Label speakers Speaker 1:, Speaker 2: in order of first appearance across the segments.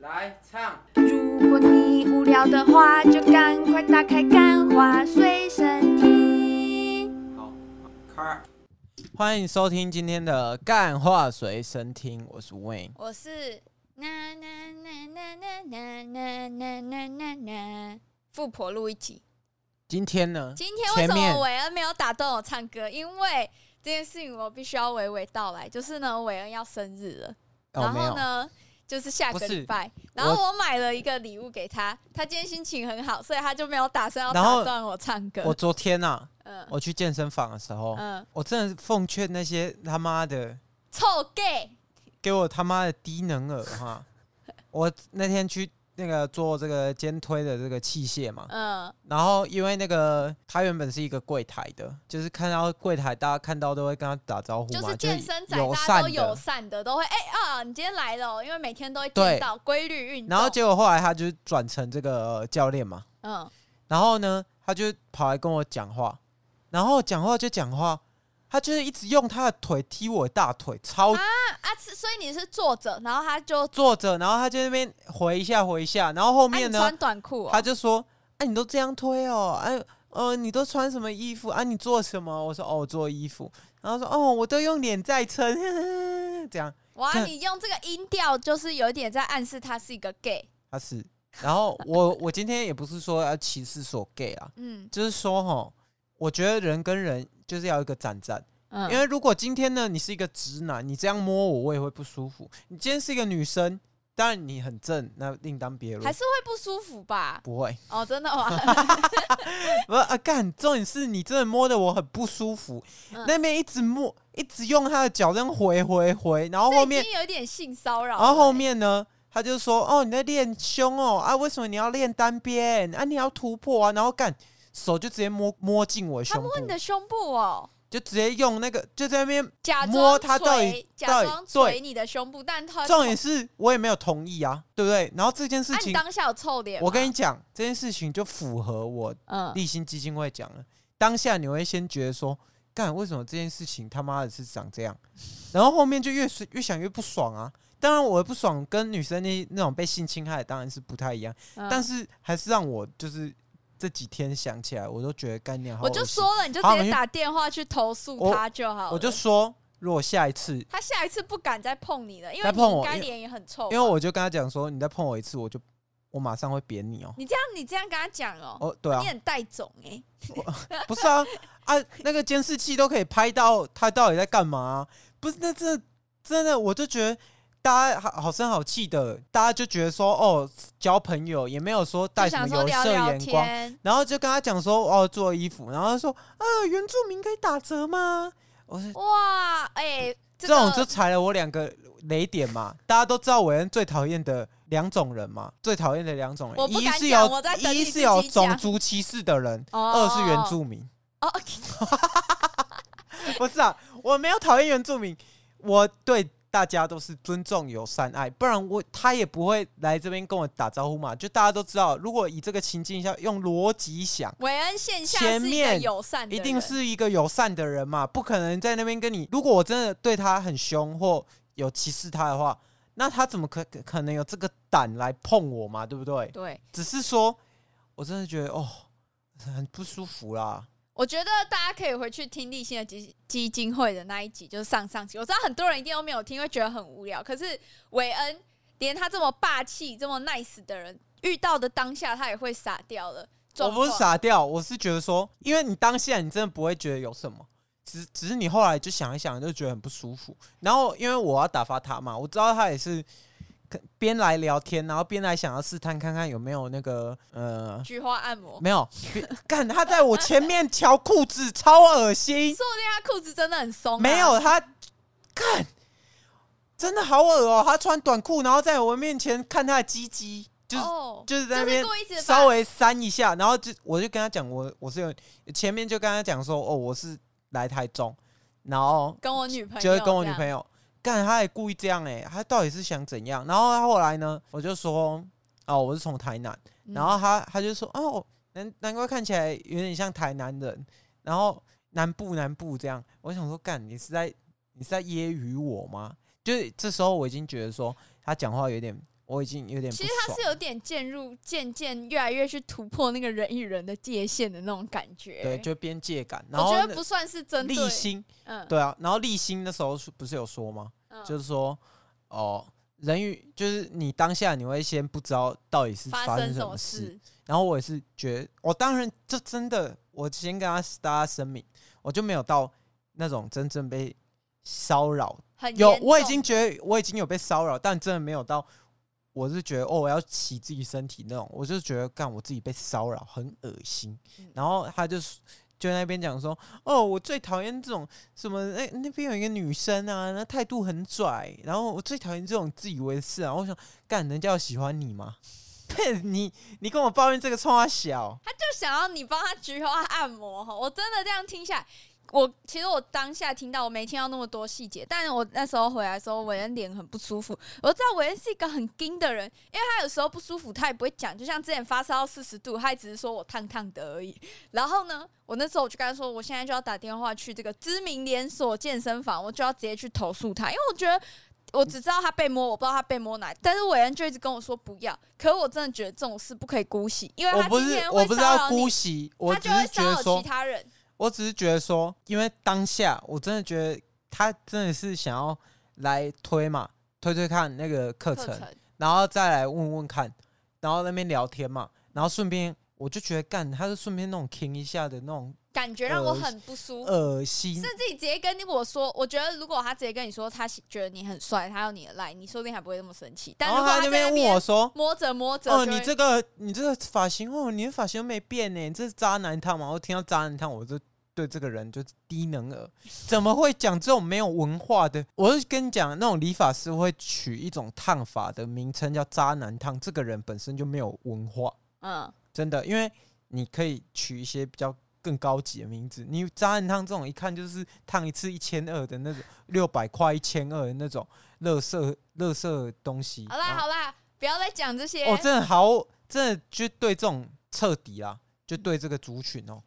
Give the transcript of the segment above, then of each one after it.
Speaker 1: 来唱，
Speaker 2: 如果你无聊的话，就赶快打开《干花随身听》。
Speaker 1: 好，开。
Speaker 3: 欢迎收听今天的《干话随身听》，我是 Wayne。
Speaker 2: 我是na na na na na na na na na na na 富婆录一集。
Speaker 3: 今天呢，
Speaker 2: 今天为什
Speaker 3: 前面
Speaker 2: 么韦恩没有打断我唱歌？因为这件事情我必须要娓娓道来。就是呢，韦恩要生日了，
Speaker 3: 哦
Speaker 2: 然
Speaker 3: 没
Speaker 2: 后
Speaker 3: 有，
Speaker 2: 呢，就是下
Speaker 3: 不
Speaker 2: 个
Speaker 3: 是
Speaker 2: 礼拜，然后我买了一个礼物给他。他今天心情很好，所以他就没有打算要
Speaker 3: 然后
Speaker 2: 打断我唱歌。
Speaker 3: 我昨天啊，
Speaker 2: 嗯
Speaker 3: 我去健身房的时候，
Speaker 2: 嗯，
Speaker 3: 我真的是奉劝那些他妈的
Speaker 2: 臭 gay，
Speaker 3: 给我他妈的低能儿 哈！我那天去那个做这个肩推的这个器械嘛，
Speaker 2: 嗯
Speaker 3: 然后因为那个他原本是一个柜台的，就是看到柜台大家看到都会跟他打招呼
Speaker 2: 就
Speaker 3: 嘛，
Speaker 2: 是健身仔
Speaker 3: 友
Speaker 2: 大家
Speaker 3: 善
Speaker 2: 都
Speaker 3: 的。
Speaker 2: 友善的，都会哎、啊，你今天来了哦，因为每天都会
Speaker 3: 对
Speaker 2: 见到规律运动。
Speaker 3: 然后结果后来他就转成这个呃教练嘛，
Speaker 2: 嗯，
Speaker 3: 然后呢，他就跑来跟我讲话，然后讲话就讲话，他就是一直用他的腿踢我的大腿，超
Speaker 2: 啊，是所以你是坐着，然后他就
Speaker 3: 坐着，然后他就在那边回一下回一下，然后后
Speaker 2: 啊你
Speaker 3: 面呢，
Speaker 2: 穿短裤、哦，
Speaker 3: 他就说：“哎、你都这样推哦，哎、呃，你都穿什么衣服啊？你做什么？”我说：“哦，我做衣服。”然后说：“哦，我都用脸在撑， 呵呵这样
Speaker 2: 哇，
Speaker 3: 看
Speaker 2: 你用这个音调就是有点在暗示他是一个 gay，
Speaker 3: 他是。”然后我 我今天也不是说要歧视所 gay 啊，
Speaker 2: 嗯
Speaker 3: 就是说哈，我觉得人跟人就是要有一个展战。
Speaker 2: 嗯，
Speaker 3: 因为如果今天呢，你是一个直男，你这样摸我，我也会不舒服。你今天是一个女生，当然你很正，那另当别
Speaker 2: 还
Speaker 3: 论。
Speaker 2: 是会不舒服吧？
Speaker 3: 不会，
Speaker 2: 哦，真的吗？
Speaker 3: 不是啊，干，重点是你真的摸的我很不舒服。
Speaker 2: 嗯
Speaker 3: 那边一直摸，一直用他的脚这样回回回，然后后
Speaker 2: 这已
Speaker 3: 面，
Speaker 2: 经有点性骚扰
Speaker 3: 然
Speaker 2: 了，
Speaker 3: 后后面呢，他就说：“哦，你在练胸哦，啊，为什么你要练单边？啊，你要突破啊。”然后干，手就直接摸摸进我的
Speaker 2: 他
Speaker 3: 胸
Speaker 2: 摸你
Speaker 3: 部，
Speaker 2: 的胸部哦，
Speaker 3: 就直接用那个，就在那边。
Speaker 2: 假装
Speaker 3: 摸他
Speaker 2: 捶
Speaker 3: 到底
Speaker 2: 假
Speaker 3: 到底
Speaker 2: 装
Speaker 3: 对
Speaker 2: 捶你的胸部，但他哦
Speaker 3: 重点是我也没有同意啊，对不对？然后这件事
Speaker 2: 啊，你
Speaker 3: 情。
Speaker 2: 当下有臭脸吗，
Speaker 3: 我跟你讲，这件事情就符合我
Speaker 2: 嗯
Speaker 3: 立新基金会讲的。当下你会先觉得说，干为什么这件事情他妈的是长这样，然后后面就越是越想越不爽啊。当然，我的不爽跟女生那那种被性侵害当然是不太一样，
Speaker 2: 嗯
Speaker 3: 但是还是让我就是这几天想起来，我都觉得干娘好
Speaker 2: 我
Speaker 3: 恶心。
Speaker 2: 就说了，你就
Speaker 3: 好
Speaker 2: 直
Speaker 3: 我
Speaker 2: 接
Speaker 3: 去
Speaker 2: 打电话去投诉
Speaker 3: 我
Speaker 2: 他就好了。
Speaker 3: 我就说，如果下一次，因
Speaker 2: 他下一次不敢再碰你了，因为
Speaker 3: 再
Speaker 2: 你
Speaker 3: 碰
Speaker 2: 应
Speaker 3: 我
Speaker 2: 该
Speaker 3: 因为
Speaker 2: 脸也很臭吧。
Speaker 3: 为我就跟他讲说，你再碰我一次，我就我马上会扁你哦、
Speaker 2: 你这样你这样跟他讲哦、
Speaker 3: 哦，对啊
Speaker 2: 你，很带种哎、
Speaker 3: 不是啊啊，那个监视器都可以拍到他到底在干嘛啊、不是，那这真的，我就觉得大家好好声好气的，大家就觉得说哦，交朋友也没有说带
Speaker 2: 就
Speaker 3: 什
Speaker 2: 想
Speaker 3: 么
Speaker 2: 说
Speaker 3: 有
Speaker 2: 聊
Speaker 3: 色
Speaker 2: 聊
Speaker 3: 眼光，
Speaker 2: 天，
Speaker 3: 然后就跟他讲说哦，做衣服，然后他说啊，原住民可以打折吗？我说
Speaker 2: 哇哎、这
Speaker 3: 这
Speaker 2: 个
Speaker 3: 种就踩了我两个雷点嘛，大家都知道韦恩最讨厌的两种人嘛，最讨厌的两种
Speaker 2: 我
Speaker 3: 人，
Speaker 2: 不
Speaker 3: 一
Speaker 2: 敢
Speaker 3: 是
Speaker 2: 讲
Speaker 3: 有
Speaker 2: 我在等你
Speaker 3: 一
Speaker 2: 自
Speaker 3: 是
Speaker 2: 己
Speaker 3: 有
Speaker 2: 讲
Speaker 3: 种族歧视的人，
Speaker 2: 哦
Speaker 3: 二是原住民。
Speaker 2: 哦，
Speaker 3: 不是啊，我没有讨厌原住民，我对大家都是尊重、友善、爱，不然我他也不会来这边跟我打招呼嘛。就大家都知道，如果以这个情境下用逻辑想，
Speaker 2: 韦恩线下
Speaker 3: 前
Speaker 2: 是一个
Speaker 3: 面
Speaker 2: 友善的
Speaker 3: 一
Speaker 2: 人，
Speaker 3: 定是一个友善的人嘛，不可能在那边跟你。如果我真的对他很凶或有歧视他的话，那他怎么可可可能有这个胆来碰我嘛？对不对？
Speaker 2: 对。
Speaker 3: 只是说，我真的觉得哦，很不舒服啦。
Speaker 2: 我觉得大家可以回去听立新的基基金会的那一集，就是上上集。我知道很多人一定都没有听，会觉得很无聊。可是韦恩连他这么霸气、这么 nice 的人，遇到的当下他也会傻掉了。
Speaker 3: 我
Speaker 2: 状
Speaker 3: 不是
Speaker 2: 况，
Speaker 3: 傻掉，我是觉得说，因为你当下你真的不会觉得有什么，只只是你后来就想一想，就觉得很不舒服。然后因为我要打发他嘛，我知道他也是可边来聊天，然后边来想要试探看看有没有那个呃，
Speaker 2: 菊花按摩，
Speaker 3: 没有， 边干他在我前面瞧裤子，超恶心，
Speaker 2: 说不定他裤子真的很松、啊哦
Speaker 3: 没有，他干。真的好恶哦、他穿短裤，然后在我面前看他的鸡鸡，就是
Speaker 2: 哦
Speaker 3: 就是在
Speaker 2: 就
Speaker 3: 那
Speaker 2: 是
Speaker 3: 边
Speaker 2: 故意一直把
Speaker 3: 稍微扇一下，然后就我就跟他讲，我我是有前面就跟他讲说，哦，我是来台中，然后
Speaker 2: 跟我女朋友，
Speaker 3: 就会跟我女朋
Speaker 2: 友，
Speaker 3: 友干，他还故意这样哎、他到底是想怎样？然后他后来呢，我就说，哦，我是从台南，
Speaker 2: 嗯
Speaker 3: 然后他他就说，哦，难难怪看起来有点像台南人，然后南部南部这样，我想说，干，你是在你是在揶揄我吗？就是这时候我已经觉得说他讲话有点，我已经有点不
Speaker 2: 其实他
Speaker 3: 爽
Speaker 2: 是。有点渐入渐渐越来越去突破那个人与人的界限的那种感觉。
Speaker 3: 对，就边界感，然
Speaker 2: 我
Speaker 3: 后
Speaker 2: 觉得
Speaker 3: 那
Speaker 2: 不算是针对
Speaker 3: 立，新，
Speaker 2: 嗯，
Speaker 3: 对啊，然后立新那时候是不是有说吗？
Speaker 2: 嗯，
Speaker 3: 就是说，哦，人与就是你当下你会先不知道到底是
Speaker 2: 发
Speaker 3: 生
Speaker 2: 生什
Speaker 3: 么事，
Speaker 2: 事，
Speaker 3: 然后我也是觉我当然这真的，我先跟大家大家声明，我就没有到那种真正被骚扰，
Speaker 2: 很
Speaker 3: 有
Speaker 2: 严
Speaker 3: 我已
Speaker 2: 重
Speaker 3: 经觉得我已经有被骚扰，但真的没有到。我是觉得哦，我要洗自己身体那种，我就觉得干我自己被骚扰很恶心。
Speaker 2: 嗯
Speaker 3: 然后他就是就在那边讲说，哦，我最讨厌这种什么，哎、那边有一个女生啊，那态度很拽，然后我最讨厌这种自以为是啊。我想干，人家有喜欢你吗？ 哼你你跟我抱怨这个冲他小，
Speaker 2: 他就想要你帮他菊花按摩哈。我真的这样听下来，我其实我当下听到我没听到那么多细节，但是我那时候回来的时候，韦恩脸很不舒服。我知道韦恩是一个很硬的人，因为他有时候不舒服他也不会讲，就像之前发烧到四十度，他也只是说我烫烫的而已。然后呢，我那时候我就跟他说，我现在就要打电话去这个知名连锁健身房，我就要直接去投诉他，因为我觉得。我只知道他被摸，我不知道他被摸哪里，但是韦恩就一直跟我说不要。可我真的觉得这种事不可以姑息，因为
Speaker 3: 我
Speaker 2: 他
Speaker 3: 不
Speaker 2: 今
Speaker 3: 是
Speaker 2: 天
Speaker 3: 我
Speaker 2: 会
Speaker 3: 不是
Speaker 2: 骚
Speaker 3: 要
Speaker 2: 扰
Speaker 3: 姑
Speaker 2: 你，
Speaker 3: 息，我
Speaker 2: 他
Speaker 3: 只
Speaker 2: 就是会
Speaker 3: 觉
Speaker 2: 骚
Speaker 3: 得
Speaker 2: 扰
Speaker 3: 说
Speaker 2: 其，他人。
Speaker 3: 我只是觉得说，因为当下我真的觉得他真的是想要来推嘛，推推看那个课程，然后再来问问看，然后那边聊天嘛，然后顺便我就觉得干，他是顺便那种听一下的那种
Speaker 2: 感
Speaker 3: 呃
Speaker 2: 觉让我很不舒服。
Speaker 3: 恶心
Speaker 2: 甚，至你直接跟我说，我觉得如果他直接跟你说他喜觉得你很帅，他要你的赖，你说不定还不会那么生气。但
Speaker 3: 然
Speaker 2: 如
Speaker 3: 后
Speaker 2: 果
Speaker 3: 他
Speaker 2: 在
Speaker 3: 那边问
Speaker 2: 边
Speaker 3: 我说。
Speaker 2: 摸着摸着，
Speaker 3: 哦，
Speaker 2: 就
Speaker 3: 你
Speaker 2: 会
Speaker 3: 这个你这个发型哦，你的发型都没变呢，你这是渣男烫吗？我听到渣男烫，我就对这个人就是低能儿，怎么会讲这种没有文化的？我是跟你讲，那种理发师会取一种烫法的名称叫渣男烫，这个人本身就没有文化，
Speaker 2: 嗯，
Speaker 3: 真的，因为你可以取一些比较更高级的名字，你渣男烫这种一看就是烫一次一千二的那种，六百块一千二的那种乐色乐色东西。
Speaker 2: 好
Speaker 3: 然
Speaker 2: 啦
Speaker 3: 后
Speaker 2: 好啦，不要再讲这些。
Speaker 3: 啊哦，真的好，真的就对这种彻底啦，就对这个族群哦，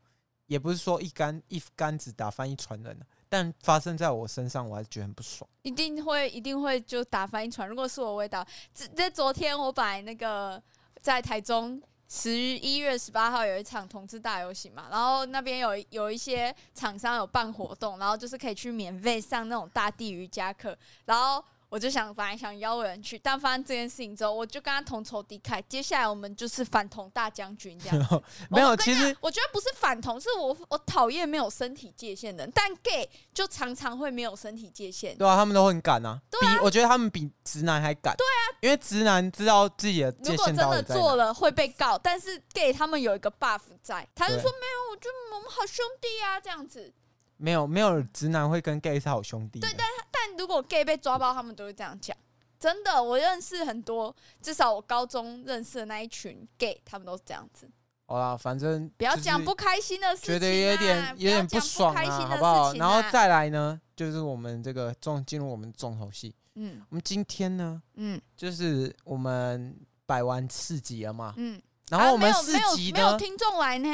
Speaker 3: 也不是说一竿一竿子打翻一船人啊但发生在我身上，我还是觉得很不爽。
Speaker 2: 一定会一定会就打翻一船。如果是我，我也打。这在昨天我把那个在台中十一月十八号有一场同志大游行嘛，然后那边有有一些厂商有办活动，然后就是可以去免费上那种大地瑜伽课，然后。我就想，本来想邀人去，但发生这件事情之后，我就跟他同仇敌忾。接下来我们就是反同大将军这样子
Speaker 3: 没
Speaker 2: 哦我
Speaker 3: 有，
Speaker 2: 跟你
Speaker 3: 其
Speaker 2: 讲
Speaker 3: 实
Speaker 2: 我觉得不是反同，是我我讨厌没有身体界限的人，但 gay 就常常会没有身体界限。
Speaker 3: 对啊，他们都很敢啊，比我觉得他们比直男还敢。对啊，因为直男知道自己的
Speaker 2: 如
Speaker 3: 界
Speaker 2: 果
Speaker 3: 限
Speaker 2: 真
Speaker 3: 到底
Speaker 2: 的
Speaker 3: 在哪
Speaker 2: 做。了会被告，但是 gay 他们有一个 buff 在，他就
Speaker 3: 对
Speaker 2: 说没有，我就我们好兄弟啊这样子。
Speaker 3: 没有没有直男会跟 gay 是好兄弟的。对
Speaker 2: 但如果 gay 被抓包，他们都会这样讲。真的，我认识很多，至少我高中认识的那一群 gay，他们都是这样子。
Speaker 3: 好啦，反正
Speaker 2: 不要
Speaker 3: 就是
Speaker 2: 讲不开心的事情、啊，
Speaker 3: 觉得有点有点
Speaker 2: 不要讲
Speaker 3: 爽
Speaker 2: 开心的
Speaker 3: 啊，
Speaker 2: 事情
Speaker 3: 好不好？然后
Speaker 2: 啊
Speaker 3: 再来呢，就是我们这个重进入我们重头戏。
Speaker 2: 嗯
Speaker 3: 我们今天呢，
Speaker 2: 嗯
Speaker 3: 就是我们摆完四集了嘛，
Speaker 2: 嗯，
Speaker 3: 然后我们
Speaker 2: 啊
Speaker 3: 四
Speaker 2: 没有没
Speaker 3: 集
Speaker 2: 有没有
Speaker 3: 呢
Speaker 2: 听众来呢，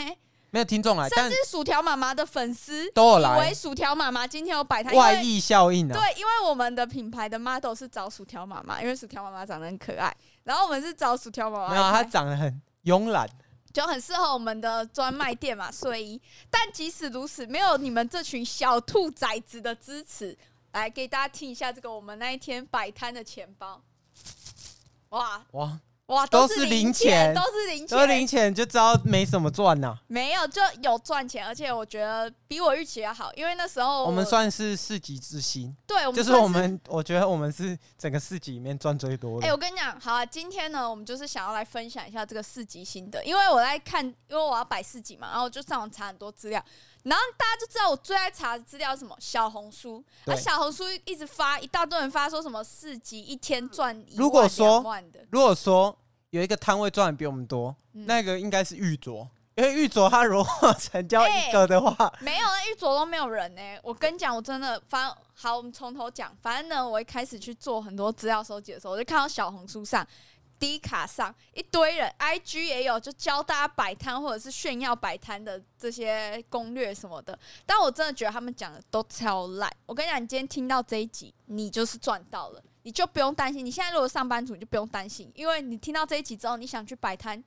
Speaker 3: 没有听众来，但
Speaker 2: 这是薯条妈妈的粉丝，
Speaker 3: 都有
Speaker 2: 以
Speaker 3: 来
Speaker 2: 为，薯条妈妈今天有摆摊，因为
Speaker 3: 外溢效应啊，
Speaker 2: 对，因为我们的品牌的 model 是找薯条妈妈，因为薯条妈妈长得很可爱，然后我们是找薯条妈妈
Speaker 3: 没
Speaker 2: 来
Speaker 3: 有啊，
Speaker 2: 拍，
Speaker 3: 他长得很慵懒，
Speaker 2: 就很适合我们的专卖店嘛睡衣。 但即使如此，没有你们这群小兔崽子的支持，来给大家听一下这个我们那一天摆摊的钱包。哇
Speaker 3: 哇，
Speaker 2: 哇，
Speaker 3: 都
Speaker 2: 是
Speaker 3: 是
Speaker 2: 零
Speaker 3: 零钱
Speaker 2: 都是零
Speaker 3: 都
Speaker 2: 钱，
Speaker 3: 零钱就知道没什么赚呐、啊
Speaker 2: 没有就有赚钱，而且我觉得比我预期要好，因为那时候
Speaker 3: 我们算是四级之星，
Speaker 2: 对，哦我们
Speaker 3: 就是
Speaker 2: 算
Speaker 3: 我们，我觉得我们是整个四级里面赚最多
Speaker 2: 哎、
Speaker 3: 的。
Speaker 2: 我跟你讲，好啊，今天呢，我们就是想要来分享一下这个市集心得，因为我在看，因为我要摆市集嘛，然后我就上网查很多资料，然后大家就知道我最爱查的资料是什么小红书，那、
Speaker 3: 对
Speaker 2: 小红书一直发一大堆人发说什么市集一天赚一万
Speaker 3: 如果说
Speaker 2: 两万的，
Speaker 3: 如果说有一个摊位赚的比我们多，
Speaker 2: 嗯
Speaker 3: 那个应该是玉卓，因为玉卓他如果成交一个的话，
Speaker 2: 没有，那玉卓都没有人呢、我跟你讲，我真的，反正好，我们从头讲。反正呢，我一开始去做很多资料收集的时候，我就看到小红书上 D 卡上一堆人，IG 也有，就教大家摆摊或者是炫耀摆摊的这些攻略什么的。但我真的觉得他们讲的都超烂。我跟你讲，你今天听到这一集，你就是赚到了，你就不用担心。你现在如果上班族，你就不用担心，因为你听到这一集之后，你想去摆摊，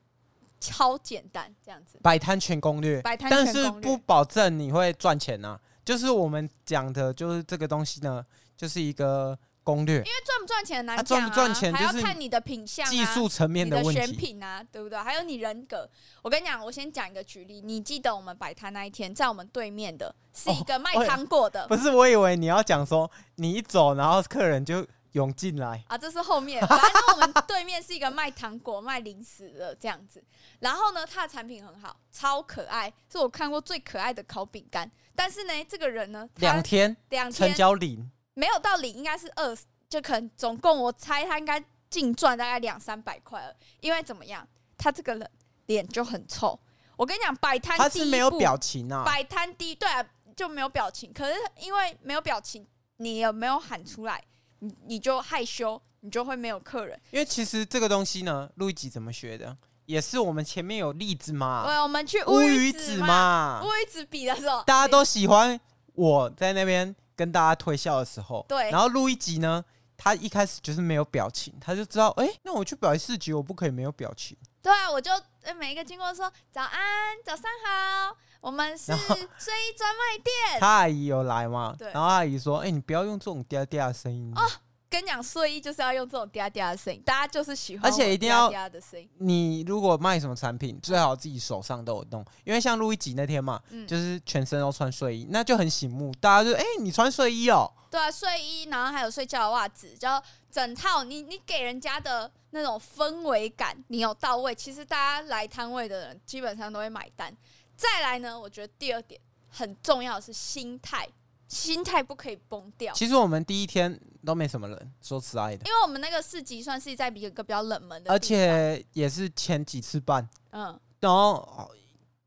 Speaker 2: 超简单，这样子。
Speaker 3: 摆摊全攻略，
Speaker 2: 摆摊
Speaker 3: 但
Speaker 2: 全
Speaker 3: 是
Speaker 2: 攻略
Speaker 3: 不保证你会赚钱呐、就是我们讲的，就是这个东西呢，就是一个攻略，
Speaker 2: 因为赚不赚钱很难
Speaker 3: 啊
Speaker 2: 讲、
Speaker 3: 赚不赚钱
Speaker 2: 还
Speaker 3: 就
Speaker 2: 要
Speaker 3: 是
Speaker 2: 看你的品相、啊、
Speaker 3: 技术层面
Speaker 2: 你的
Speaker 3: 问
Speaker 2: 选
Speaker 3: 题。
Speaker 2: 品啊，对不对？还有你人格。我跟你讲，我先讲一个举例，你记得我们摆摊那一天，在我们对面的是一个卖
Speaker 3: 哦哎
Speaker 2: 糖果的、
Speaker 3: 不是，我以为你要讲说你一走，然后客人就涌进来，
Speaker 2: 啊，这是后面，反正我们对面是一个卖糖果、卖零食的这样子。然后呢，他的产品很好，超可爱，是我看过最可爱的烤饼干。但是呢，这个人呢，他
Speaker 3: 两天
Speaker 2: 两天
Speaker 3: 成交零，
Speaker 2: 没有到零，应该是二十，就可能总共我猜他应该净赚大概两三百块了。因为怎么样，他这个人脸就很臭。我跟你讲，摆摊
Speaker 3: 他
Speaker 2: 第
Speaker 3: 是
Speaker 2: 一
Speaker 3: 没有
Speaker 2: 步
Speaker 3: 表情啊，
Speaker 2: 摆摊第一对啊，就没有表情。可是因为没有表情，你有没有喊出来，你你就害羞，你就会没有客人。
Speaker 3: 因为其实这个东西呢，路易吉怎么学的，也是我们前面有例子嘛，
Speaker 2: 我我们去
Speaker 3: 乌
Speaker 2: 呃鱼
Speaker 3: 啊鱼子
Speaker 2: 子嘛，
Speaker 3: 嘛
Speaker 2: 乌，鱼子比的时候，
Speaker 3: 大家都喜欢我在那边跟大家推销的时候，
Speaker 2: 对
Speaker 3: 然后录一集呢，他一开始就是没有表情，他就知道，哎、那我去表演四集，我不可以没有表情。
Speaker 2: 对啊，我就呃每一个经过说早安，早上好，我们是
Speaker 3: 然后
Speaker 2: 睡衣专卖店。
Speaker 3: 他阿姨有来嘛，
Speaker 2: 对
Speaker 3: 然后阿姨说，哎、你不要用这种嗲嗲的声音，
Speaker 2: 哦跟你讲，睡衣就是要用这种嗲嗲的声音，大家就是喜欢，
Speaker 3: 而且一定要
Speaker 2: 嗲嗲的声音。
Speaker 3: 你如果卖什么产品，最好自己手上都有弄，因为像录一集那天嘛，
Speaker 2: 嗯
Speaker 3: 就是全身都穿睡衣，那就很醒目，大家就，哎、你穿睡衣哦，
Speaker 2: 对啊，睡衣，然后还有睡觉的袜子，就整套你你给人家的那种氛围感，你有到位，其实大家来摊位的人基本上都会买单。再来呢，我觉得第二点很重要的是心态，心态不可以崩掉。
Speaker 3: 其实我们第一天都没什么人，说实在的，
Speaker 2: 哦因为我们那个市集算是在一个比较冷门的地方，
Speaker 3: 而且也是前几次办。
Speaker 2: 嗯
Speaker 3: 然后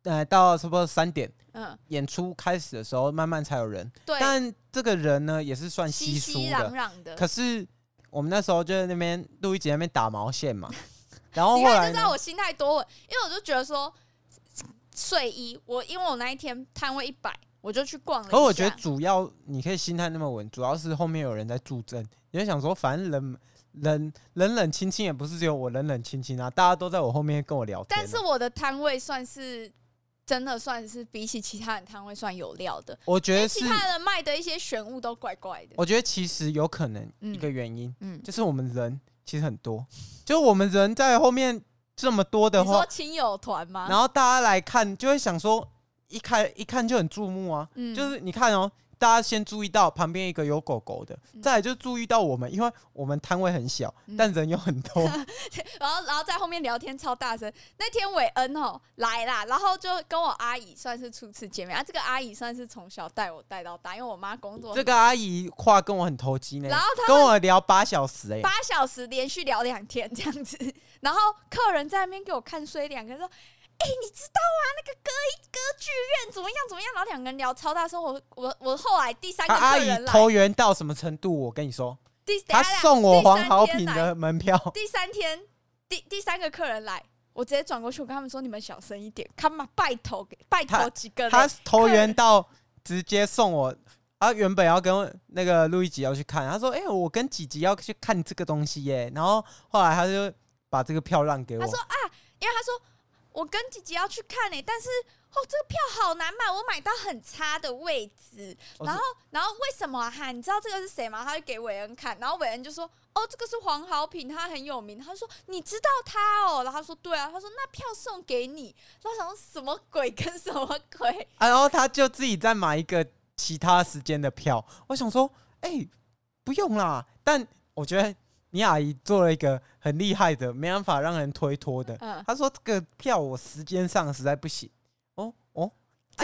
Speaker 3: 呃到差不多三点
Speaker 2: 嗯，
Speaker 3: 演出开始的时候，慢慢才有人，
Speaker 2: 对，
Speaker 3: 但这个人呢也是算稀
Speaker 2: 熙
Speaker 3: 疏
Speaker 2: 熙
Speaker 3: 的
Speaker 2: 攘。攘的，
Speaker 3: 可是我们那时候就在那边录一集那边打毛 线嘛，然哦后
Speaker 2: 你
Speaker 3: 后
Speaker 2: 看就
Speaker 3: 来
Speaker 2: 知
Speaker 3: 呢
Speaker 2: 道我心态多稳，因为我就觉得说睡衣，我因为我那一天摊位一百，我就去逛了一下。
Speaker 3: 可我觉得主要你可以心态那么稳，主要是后面有人在助阵，你就想说反正冷冷冷冷清清也不是只有我冷冷清清啊，大家都在我后面跟我聊天啊、
Speaker 2: 但是我的摊位算是真的算是比起其他人摊位算有料的，
Speaker 3: 我觉
Speaker 2: 因
Speaker 3: 得
Speaker 2: 为
Speaker 3: 是
Speaker 2: 哎
Speaker 3: 哦
Speaker 2: 其，他人卖的一些玄物都怪怪的。
Speaker 3: 我觉得其实有可能
Speaker 2: 嗯
Speaker 3: 一个原因，
Speaker 2: 嗯，
Speaker 3: 就是我们人其实很多，就我们人在后面这么多的
Speaker 2: 你说
Speaker 3: 话，
Speaker 2: 亲友团吗？
Speaker 3: 然后大家来看就会想说，一看一看就很注目啊，
Speaker 2: 嗯
Speaker 3: 就是你看哦。大家先注意到旁边一个有狗狗的，
Speaker 2: 嗯
Speaker 3: 再来就注意到我们，因为我们摊位很小，
Speaker 2: 嗯
Speaker 3: 但人又很多。
Speaker 2: 然后然后在后面聊天超大声。那天韦恩哦来啦，然后就跟我阿姨算是初次见面啊。这个阿姨算是从小带我带到大，因为我妈工作很
Speaker 3: 这个阿姨话跟我很投机呢
Speaker 2: 然后，
Speaker 3: 跟我聊八小时哎、
Speaker 2: 八小时连续聊两天这样子， 然后客人在那边给我看衰，两个人说：“哎、你知道啊，那个歌歌剧院怎么样怎么样？”然后两个人聊超大声，我我我后来第三个
Speaker 3: 啊阿
Speaker 2: 客
Speaker 3: 姨
Speaker 2: 人来，
Speaker 3: 投缘到什么程度？我跟你说，
Speaker 2: 第等
Speaker 3: 她
Speaker 2: 一下
Speaker 3: 送我黄豪
Speaker 2: 第
Speaker 3: 平
Speaker 2: 三天来
Speaker 3: 的门票。
Speaker 2: 第三天第第三个客人来，我直接转过去，我跟他们说：“你们小声一点，他们拜托给拜
Speaker 3: 他
Speaker 2: 托几个人。”
Speaker 3: 他投缘到直接送我，他原本要跟那个路易吉要去看，他说：“哎、我跟吉吉要去看这个东西耶。”然后后来他就把这个票让给我
Speaker 2: 他，说啊，因为他说我跟姐姐要去看呢、但是哦，这个票好难买，我买到很差的位置。
Speaker 3: 哦
Speaker 2: 然后，然后为什么啊哈、你知道这个是谁吗？他就给韦恩看，然后韦恩就说哦，这个是黄豪平，他很有名。他说你知道他哦，然后他说对啊，他说那票送给你。然后想说什么鬼跟什么 鬼？
Speaker 3: 啊然后他就自己再买一个其他时间的票。我想说：“哎、不用啦。”但我觉得你阿姨做了一个很厉害的，没办法让人推脱的。
Speaker 2: 嗯，
Speaker 3: 他说：“这个票我时间上实在不行。”哦哦，啊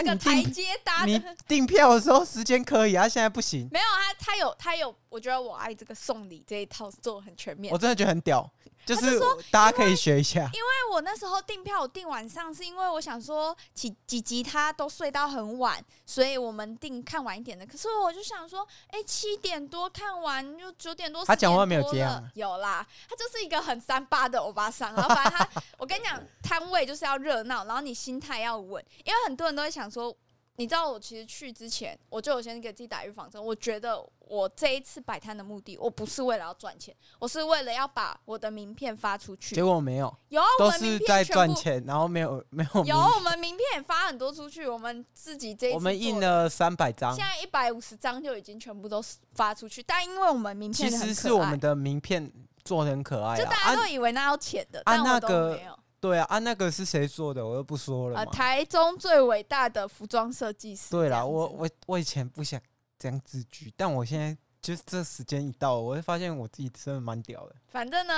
Speaker 2: 这个
Speaker 3: 你
Speaker 2: 台
Speaker 3: 订
Speaker 2: 阶搭
Speaker 3: 你
Speaker 2: 的。
Speaker 3: 订票的时候时间可以啊，现在不行。
Speaker 2: 没有他，他有他有，我觉得我爱这个送礼这一套做的很全面
Speaker 3: 我。真的觉得很屌。就是大家可以学一下。
Speaker 2: 因为我那时候订票，我订晚上，是因为我想说几几集他都睡到很晚，所以我们订看晚一点的。可是我就想说，哎、七点多看完就九点多。
Speaker 3: 他讲话
Speaker 2: 10点多
Speaker 3: 没有这样
Speaker 2: 了
Speaker 3: 啊
Speaker 2: 有啦，他就是一个很三八的欧巴桑。然后反正他，我跟你讲，摊位就是要热闹，然后你心态要稳，因为很多人都会想说。你知道我其实去之前，我就有先给自己打预防针。我觉得我这一次摆摊的目的，我不是为了要赚钱，我是为了要把我的名片发出去。
Speaker 3: 结果没有，
Speaker 2: 有啊，我
Speaker 3: 都
Speaker 2: 们名
Speaker 3: 是
Speaker 2: 片
Speaker 3: 在
Speaker 2: 全
Speaker 3: 赚
Speaker 2: 部
Speaker 3: 钱，然后没有没有
Speaker 2: 有，
Speaker 3: 名
Speaker 2: 我们名片也发很多出去，我们自己这一次
Speaker 3: 我们印
Speaker 2: 的，
Speaker 3: 了啊三百张
Speaker 2: 现，在一百五十张就已经全部都发出去，但因为我们名
Speaker 3: 其
Speaker 2: 片很
Speaker 3: 实
Speaker 2: 可
Speaker 3: 是我
Speaker 2: 爱
Speaker 3: 们的名片做的很可爱
Speaker 2: 就
Speaker 3: 啊。
Speaker 2: 大家
Speaker 3: 啊
Speaker 2: 都以为那要钱的，但
Speaker 3: 那
Speaker 2: 我都
Speaker 3: 个
Speaker 2: 没有。
Speaker 3: 对啊，啊那个是谁做的，我又不说了
Speaker 2: 呃，
Speaker 3: 嘛。
Speaker 2: 台中最伟大的服装设计师。
Speaker 3: 对
Speaker 2: 这样
Speaker 3: 啦，
Speaker 2: 子
Speaker 3: 我我我以前不想这样自居，但我现在就是这时间一到，我会发现我自己真的蛮屌的。
Speaker 2: 反正 呢，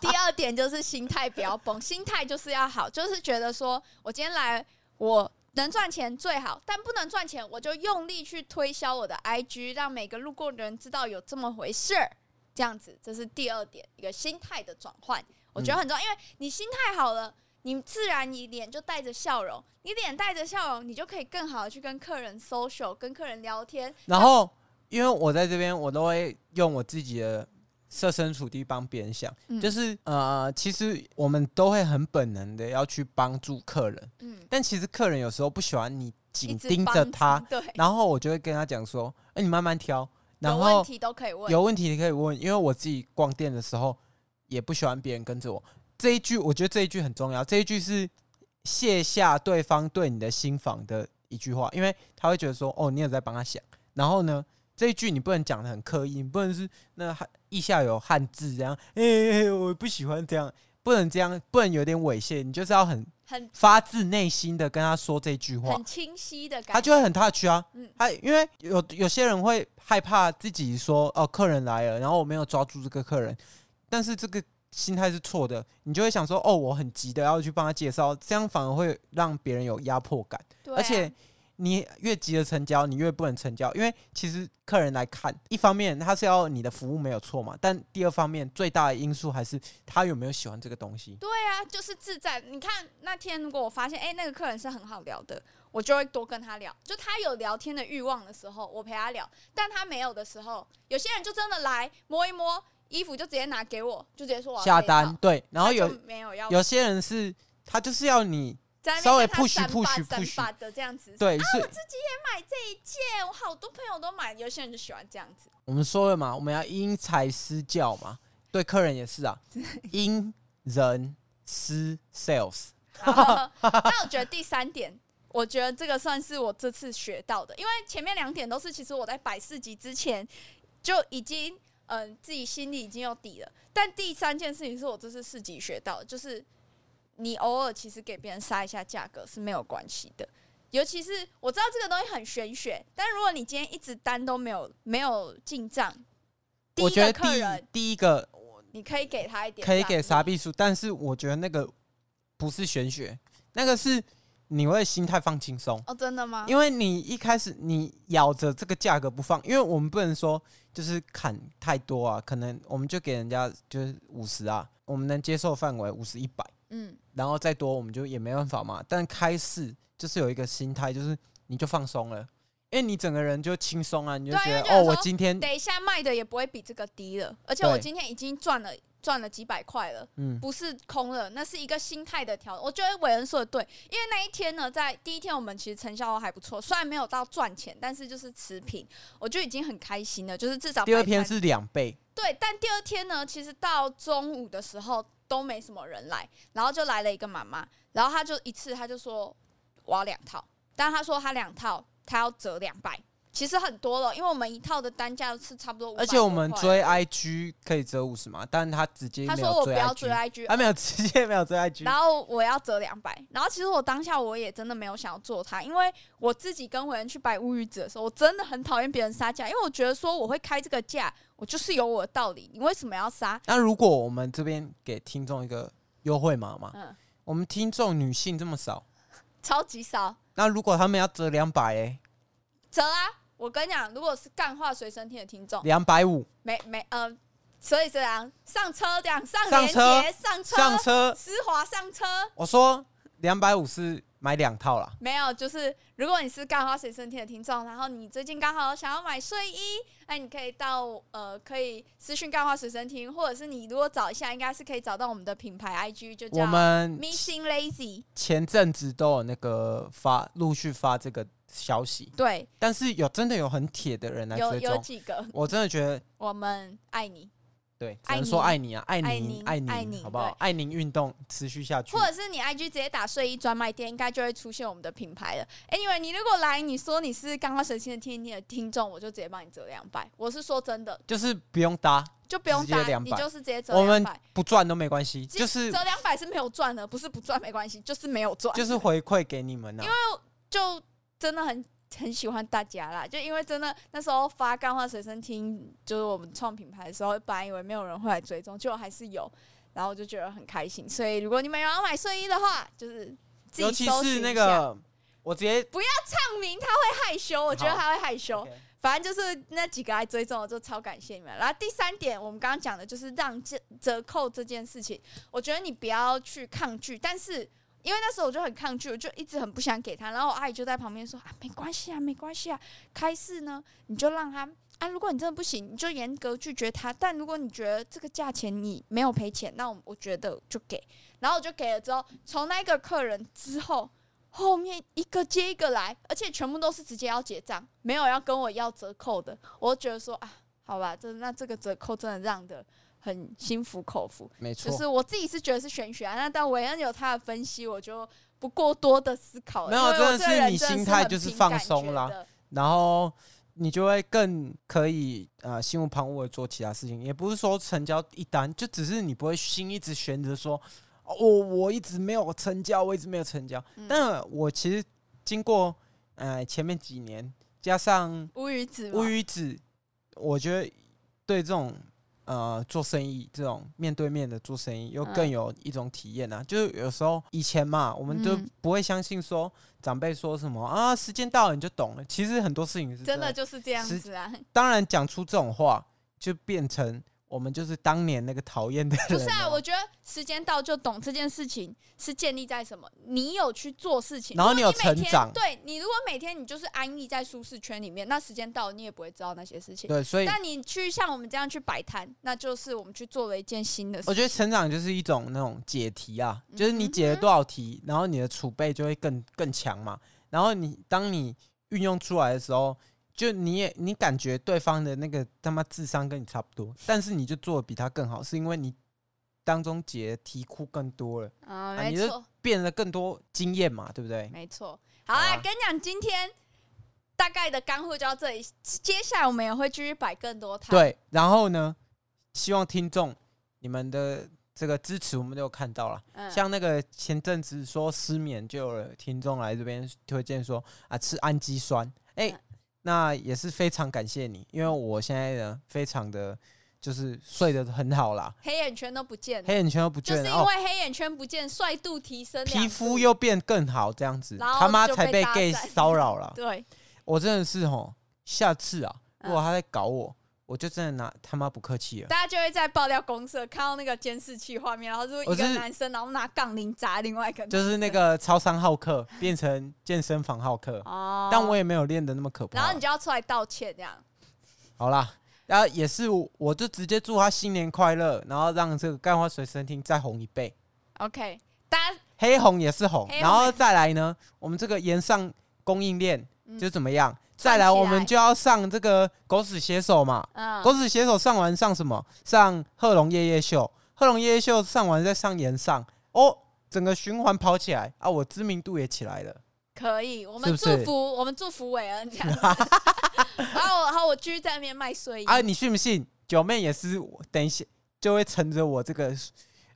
Speaker 2: 第二点就是心态不要 崩，心态就是要好，就是觉得说我今天来，我能赚钱最好，但不能赚钱，我就用力去推销我的 IG，让每个路过的人知道有这么回事儿。这样子，这是第二点，一个心态的转换，我
Speaker 3: 嗯
Speaker 2: 觉得很重要，因为你心态好了。你自然，你脸就带着笑容，你脸带着笑容，你就可以更好的去跟客人 social，跟客人聊天。
Speaker 3: 然后因为我在这边，我都会用我自己的设身处地帮别人想，
Speaker 2: 嗯
Speaker 3: 就是呃，其实我们都会很本能的要去帮助客人，
Speaker 2: 嗯，
Speaker 3: 但其实客人有时候不喜欢你
Speaker 2: 一
Speaker 3: 紧
Speaker 2: 直
Speaker 3: 盯着
Speaker 2: 帮
Speaker 3: 他
Speaker 2: 助，对，
Speaker 3: 然后我就会跟他讲说：“哎、你慢慢挑，然
Speaker 2: 有问
Speaker 3: 后
Speaker 2: 题都可以问。
Speaker 3: 有问题你可以问。”因为我自己逛店的时候也不喜欢别人跟着我。这一句，我觉得这一句很重要。这一句是卸下对方对你的心防的一句话，因为他会觉得说：“哦，你有在帮他想。”然后呢，这一句你不能讲的很刻意，你不能是那汉腋下有汉字这样， 哎、哎哎我不喜欢这样，不能这样，不能有点猥亵，你就是要很
Speaker 2: 很
Speaker 3: 发自内心的跟他说这句话。
Speaker 2: 很清晰的感觉，
Speaker 3: 他就会很 touch 啊，
Speaker 2: 嗯
Speaker 3: 他因为有有些人会害怕自己说哦，客人来了，然后我没有抓住这个客人，但是这个心态是错的，你就会想说哦，我很急的要去帮他介绍，这样反而会让别人有压迫感，
Speaker 2: 对啊、
Speaker 3: 而且你越急着成交，你越不能成交，因为其实客人来看，一方面他是要你的服务没有错嘛，但第二方面最大的因素还是他有没有喜欢这个东西，
Speaker 2: 对啊，就是自在。你看那天，如果我发现哎、那个客人是很好聊的，我就会多跟他聊。就他有聊天的欲望的时候，我陪他聊；但他没有的时候，有些人就真的来摸一摸衣服就直接拿给我，就直接说我要
Speaker 3: 下
Speaker 2: 这一套
Speaker 3: 单，对，然后
Speaker 2: 他啊就
Speaker 3: 有
Speaker 2: 没有要
Speaker 3: 有些人是他就是要你。
Speaker 2: 在那边
Speaker 3: 稍微
Speaker 2: 跟他
Speaker 3: push
Speaker 2: 三八
Speaker 3: push
Speaker 2: 三
Speaker 3: push
Speaker 2: 八的这样子。
Speaker 3: 对，是
Speaker 2: 买这一件，我好多朋友都买，有些人就喜欢这样子。
Speaker 3: 我们说了嘛，我们要因材施教嘛，对客人也 是啊，因人施 sales。
Speaker 2: 好那我觉得第三点，我觉得这个算是我这次学到的，因为前面两点都是其实我在百事集之前就已经嗯、呃自己心里已经有底了，但第三件事情是我这次四级学到的，就是你偶尔其实给别人杀一下价格是没有关系的。尤其是我知道这个东西很玄学，但如果你今天一直单都没有没有进账，第
Speaker 3: 我
Speaker 2: 一
Speaker 3: 觉
Speaker 2: 个
Speaker 3: 得
Speaker 2: 客人
Speaker 3: 第第一个
Speaker 2: 你可以给他一点让
Speaker 3: 可
Speaker 2: 利，
Speaker 3: 以给傻逼数，但是我觉得那个不是玄学，那个是你会心态放轻松，
Speaker 2: 哦，真的吗？
Speaker 3: 因为你一开始你咬着这个价格不放，因为我们不能说就是砍太多啊，可能我们就给人家就是五十啊，我们能接受范围五十一百。
Speaker 2: 嗯，
Speaker 3: 然后再多我们就也没办法嘛。但开市就是有一个心态，就是你就放松了，因为你整个人就轻松啊，你就
Speaker 2: 对
Speaker 3: 觉得
Speaker 2: 因为
Speaker 3: 哦，
Speaker 2: 就是说
Speaker 3: 我今天
Speaker 2: 等一下卖的也不会比这个低了，而且我
Speaker 3: 对
Speaker 2: 今天已经赚了赚了几百块了，
Speaker 3: 嗯，
Speaker 2: 不是空了，那是一个心态的调整。我觉得伟恩说的对，因为那一天呢，在第一天我们其实成效还不错，虽然没有到赚钱，但是就是持平，我就已经很开心了，就是至少
Speaker 3: 第二
Speaker 2: 摆
Speaker 3: 天
Speaker 2: 摊
Speaker 3: 是两倍，
Speaker 2: 对，但第二天呢，其实到中午的时候都没什么人来，然后就来了一个妈妈，然后她就一次她就说我要两套，但她说她两套她要折两百，其实很多了，因为我们一套的单价是差不多500多块，
Speaker 3: 而且我们追 IG 可以折五十嘛，但他直接
Speaker 2: 她
Speaker 3: 没
Speaker 2: 说我不
Speaker 3: 有追啊
Speaker 2: 要追
Speaker 3: IG，
Speaker 2: IG，
Speaker 3: 他没有 直接没有追 IG，
Speaker 2: 然后我要折两百，然后其实我当下我也真的没有想要做它，因为我自己跟伟人去摆乌鱼子的时候，我真的很讨厌别人杀价，因为我觉得说我会开这个价，我就是有我的道理，你为什么要杀？
Speaker 3: 那如果我们这边给听众一个优惠码嘛，
Speaker 2: 嗯，
Speaker 3: 我们听众女性这么少，
Speaker 2: 超级少，
Speaker 3: 那如果他们要折两百哎，
Speaker 2: 折啊！我跟你讲，如果是干话随身听的听众，
Speaker 3: 两百五，
Speaker 2: 没没呃，所以这样上车，这样上
Speaker 3: 上
Speaker 2: 连
Speaker 3: 车
Speaker 2: 接，上车，
Speaker 3: 上车，
Speaker 2: 施华上车。
Speaker 3: 我说两百五是买两套啦，
Speaker 2: 没有，就是如果你是干花随身听的听众，然后你最近刚好想要买睡衣，那你可以到呃，可以私讯干花随身听，或者是你如果找一下，应该是可以找到我们的品牌 IG，就叫
Speaker 3: 我们
Speaker 2: Missing Lazy。
Speaker 3: 前阵子都有那个发陆续发这个消息，
Speaker 2: 对，
Speaker 3: 但是有真的有很铁的人来啊
Speaker 2: 有
Speaker 3: 追
Speaker 2: 有
Speaker 3: 踪，
Speaker 2: 几个，
Speaker 3: 我真的觉得
Speaker 2: 我们爱你，
Speaker 3: 对，只
Speaker 2: 爱
Speaker 3: 能说
Speaker 2: 你
Speaker 3: 爱你啊，爱
Speaker 2: 爱
Speaker 3: 您
Speaker 2: 您
Speaker 3: 爱
Speaker 2: 爱
Speaker 3: 您，
Speaker 2: 您
Speaker 3: 好不好
Speaker 2: 对？
Speaker 3: 爱您运动持续下去
Speaker 2: 或，者是你 IG 直接打睡衣专卖店，应该就会出现我们的品牌了。Anyway，你如果来，你说你是干花随身听的听众，我就直接帮你折两百。我是说真的，
Speaker 3: 就是不用搭，
Speaker 2: 就不用
Speaker 3: 直接
Speaker 2: 打，
Speaker 3: 200
Speaker 2: 你就是直接折
Speaker 3: 我
Speaker 2: 两
Speaker 3: 们
Speaker 2: 百。
Speaker 3: 不赚都没关系，
Speaker 2: 即
Speaker 3: 就是
Speaker 2: 折两百是没有赚的，不是不赚没关系，就是没有赚，
Speaker 3: 就是回馈给你们呐、啊。
Speaker 2: 就真的很很喜欢大家啦。就因为真的那时候发干话随身听，就是我们创品牌的时候，本来以为没有人会来追踪，结果还是有，然后我就觉得很开心。所以如果你们有要买睡衣的话，就是自
Speaker 3: 尤
Speaker 2: 己
Speaker 3: 其
Speaker 2: 搜寻
Speaker 3: 是
Speaker 2: 一
Speaker 3: 那
Speaker 2: 下
Speaker 3: 个，我直接
Speaker 2: 唱名，他会害羞，我觉得
Speaker 3: 好
Speaker 2: 他会害羞。
Speaker 3: OK
Speaker 2: 反正就是那几个来追踪，我就超感谢你们。然后第三点，我们刚刚讲的就是让折折扣这件事情，我觉得你不要去抗拒，但是。因为那时候我就很抗拒，我就一直很不想给他，然后我阿姨就在旁边说啊，没关系啊，没关系啊，开市呢你就让他啊，如果你真的不行，你就严格拒绝他，但如果你觉得这个价钱你没有赔钱，那我我觉得就给，然后我就给了之后，从那个客人之后，后面一个接一个来，而且全部都是直接要结账，没有要跟我要折扣的。我就觉得说啊，好吧，这那这个折扣真的让的很心服口服。
Speaker 3: 没
Speaker 2: 就
Speaker 3: 错，
Speaker 2: 是我自己是觉得是玄学啊，那但韦恩有他的分析，我就不过多的思考了。
Speaker 3: 没有
Speaker 2: 因为我
Speaker 3: 真的
Speaker 2: 这个
Speaker 3: 是
Speaker 2: 人
Speaker 3: 你
Speaker 2: 真的
Speaker 3: 心
Speaker 2: 是
Speaker 3: 态
Speaker 2: 很
Speaker 3: 就是
Speaker 2: 凭
Speaker 3: 放
Speaker 2: 感觉
Speaker 3: 松啦
Speaker 2: 的。
Speaker 3: 然后你就会更可以呃心无旁骛的做其他事情，也不是说成交一单，就只是你不会心一直悬着说，哦，我一直没有成交，我一直没有成交。
Speaker 2: 嗯
Speaker 3: 但我其实经过呃前面几年，加上
Speaker 2: 乌鱼子嘛
Speaker 3: 乌鱼子，我觉得对这种呃做生意这种面对面的做生意，又
Speaker 2: 嗯
Speaker 3: 更有一种体验啊。就是有时候以前嘛，我们就
Speaker 2: 嗯
Speaker 3: 不会相信说长辈说什么啊，时间到了你就懂了。其实很多事情是
Speaker 2: 真
Speaker 3: 真
Speaker 2: 的就是这样
Speaker 3: 实
Speaker 2: 子啊，
Speaker 3: 当然讲出这种话，就变成我们就是当年那个讨厌的人
Speaker 2: 不
Speaker 3: 了。
Speaker 2: 是啊，我觉得时间到就懂这件事情是建立在什么？你有去做事情，
Speaker 3: 然后你有
Speaker 2: 如果每
Speaker 3: 成
Speaker 2: 天
Speaker 3: 长
Speaker 2: 对你，如果每天你就是安逸在舒适圈里面，那时间到了你也不会知道那些事情。
Speaker 3: 对，所以
Speaker 2: 但你去像我们这样去摆摊，那就是我们去做了一件新的事。
Speaker 3: 我觉得成长就是一种那种解题啊，就是你解了
Speaker 2: 嗯哼
Speaker 3: 多少题，然后你的储备就会更更强嘛。然后你当你运用出来的时候，就你也你感觉对方的那个他妈智商跟你差不多，但是你就做的比他更好，是因为你当中解的题库更多了，
Speaker 2: 啊，
Speaker 3: 啊
Speaker 2: 没
Speaker 3: 你是哎
Speaker 2: 错，
Speaker 3: 变得更多经验嘛，对不对？
Speaker 2: 没错。好啊，
Speaker 3: 好啊
Speaker 2: 跟你讲，今天大概的干货就到这里，接下来我们也会继续摆更多摊。
Speaker 3: 对，然后呢，希望听众你们的这个支持我们都有看到了。
Speaker 2: 嗯，
Speaker 3: 像那个前阵子说失眠，就有听众来这边推荐说啊，吃氨基酸，哎、
Speaker 2: 嗯
Speaker 3: 那也是非常感谢你，因为我现在呢非常的就是睡得很好啦，
Speaker 2: 黑眼圈都不见了，
Speaker 3: 黑眼圈又不
Speaker 2: 嗯就
Speaker 3: 见
Speaker 2: 是
Speaker 3: 了，
Speaker 2: 因
Speaker 3: 哦，
Speaker 2: 为黑眼圈不见，帅度提升两度，
Speaker 3: 皮肤又变更好，这样子，
Speaker 2: 然后
Speaker 3: 他妈
Speaker 2: 就
Speaker 3: 才
Speaker 2: 被
Speaker 3: 被
Speaker 2: 搭
Speaker 3: gay
Speaker 2: 讪
Speaker 3: 骚 扰了，
Speaker 2: 对。
Speaker 3: 我真的是吼，下次啊，如
Speaker 2: 嗯
Speaker 3: 果他在搞我，我就真的拿他妈不客气了，
Speaker 2: 大家就会在爆料公社看到那个监视器画面，然后就是一
Speaker 3: 我
Speaker 2: 个
Speaker 3: 是
Speaker 2: 男生，然后拿杠铃砸另外一个男生，
Speaker 3: 就是那个超商好客变成健身房好客，
Speaker 2: 哦
Speaker 3: 但我也没有练得那么可怕啊。
Speaker 2: 然后你就要出来道歉这样。
Speaker 3: 好啦，然、后也是我，我就直接祝他新年快乐，然后让这个干花随身听再红一倍，
Speaker 2: OK，大家
Speaker 3: 黑红也是红，
Speaker 2: 黑红
Speaker 3: 然后
Speaker 2: 也
Speaker 3: 再来呢，我们这个延上供应链
Speaker 2: 嗯
Speaker 3: 就怎么样？
Speaker 2: 串
Speaker 3: 再来，
Speaker 2: 起
Speaker 3: 我们
Speaker 2: 来
Speaker 3: 就要上这个狗屎写手嘛，
Speaker 2: 嗯，
Speaker 3: 狗屎写手上完上什么？上贺龙夜夜秀，贺龙夜夜秀上完再上延上，哦，整个循环跑起来啊，我知名度也起来了。
Speaker 2: 可以，我
Speaker 3: 是
Speaker 2: 们
Speaker 3: 不
Speaker 2: 祝
Speaker 3: 是
Speaker 2: 福我们祝福韦恩这 样子。然后我，然后我继续在那边卖睡衣。
Speaker 3: 啊，你信不信？九妹也是，等一下就会乘着我这个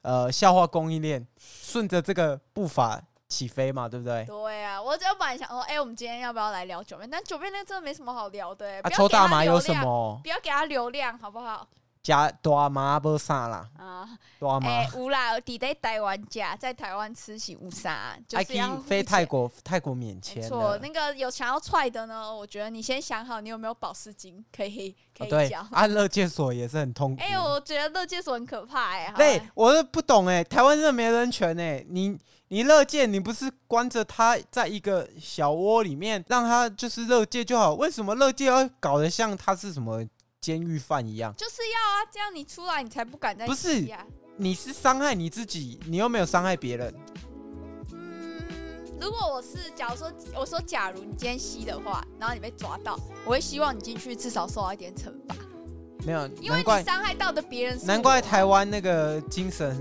Speaker 3: 呃笑话供应链，顺着这个步伐起飞嘛，对不对？
Speaker 2: 对啊，我就本来想说，哎、我们今天要不要来聊九妹？但九妹那真的没什么好聊的、哎不
Speaker 3: 啊，
Speaker 2: 要
Speaker 3: 抽
Speaker 2: 给她
Speaker 3: 大麻有
Speaker 2: 流
Speaker 3: 什
Speaker 2: 量？
Speaker 3: 么？
Speaker 2: 不要给他流量好不好？
Speaker 3: 加大麻不啥啦，
Speaker 2: 啊，
Speaker 3: 对啊嘛
Speaker 2: 哎、，无啦，抵得台湾家，在台湾吃起无啥，就
Speaker 3: 还
Speaker 2: 是
Speaker 3: 可
Speaker 2: 要
Speaker 3: 以啊飞
Speaker 2: 付
Speaker 3: 泰
Speaker 2: 钱。
Speaker 3: 国，泰国免
Speaker 2: 没
Speaker 3: 签
Speaker 2: 错，
Speaker 3: 的
Speaker 2: 那个有想要踹的呢，我觉得你先想好你有没有保释金可以可
Speaker 3: 哦
Speaker 2: 以
Speaker 3: 对
Speaker 2: 交。，
Speaker 3: 安乐戒所也是很痛苦。
Speaker 2: 哎、我觉得乐界所很可怕哎、好吧
Speaker 3: 对，我是不懂哎、台湾真的没人权哎、你你乐界，你不是关着他在一个小窝里面，让他就是乐界就好？为什么乐界要搞得像他是什么监狱犯一样？
Speaker 2: 就是要啊，这样你出来你才不敢再
Speaker 3: 不是
Speaker 2: 踢啊。
Speaker 3: 你是伤害你自己，你又没有伤害别人。
Speaker 2: 嗯，如果我是，假如说我说，假如你今天吸的话，然后你被抓到，我会希望你进去至少受到一点惩罚，
Speaker 3: 没有，
Speaker 2: 因为
Speaker 3: 难
Speaker 2: 你
Speaker 3: 怪
Speaker 2: 伤害到的别人是我。
Speaker 3: 难怪台湾那个精神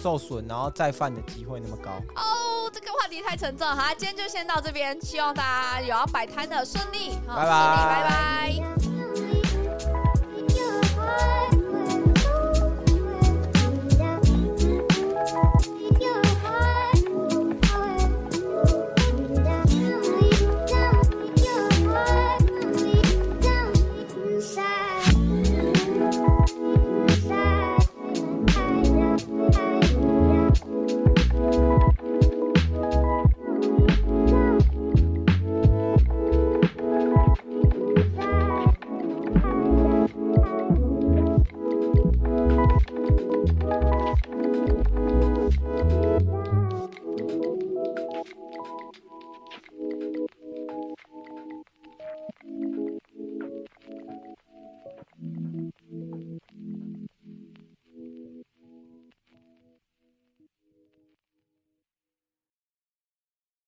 Speaker 3: 受损，然后再犯的机会那么高。
Speaker 2: 哦，这个话题太沉重，好，今天就先到这边，希望大家有要摆摊的顺利，好
Speaker 3: 拜拜
Speaker 2: 顺利，拜拜。
Speaker 4: You're a boy.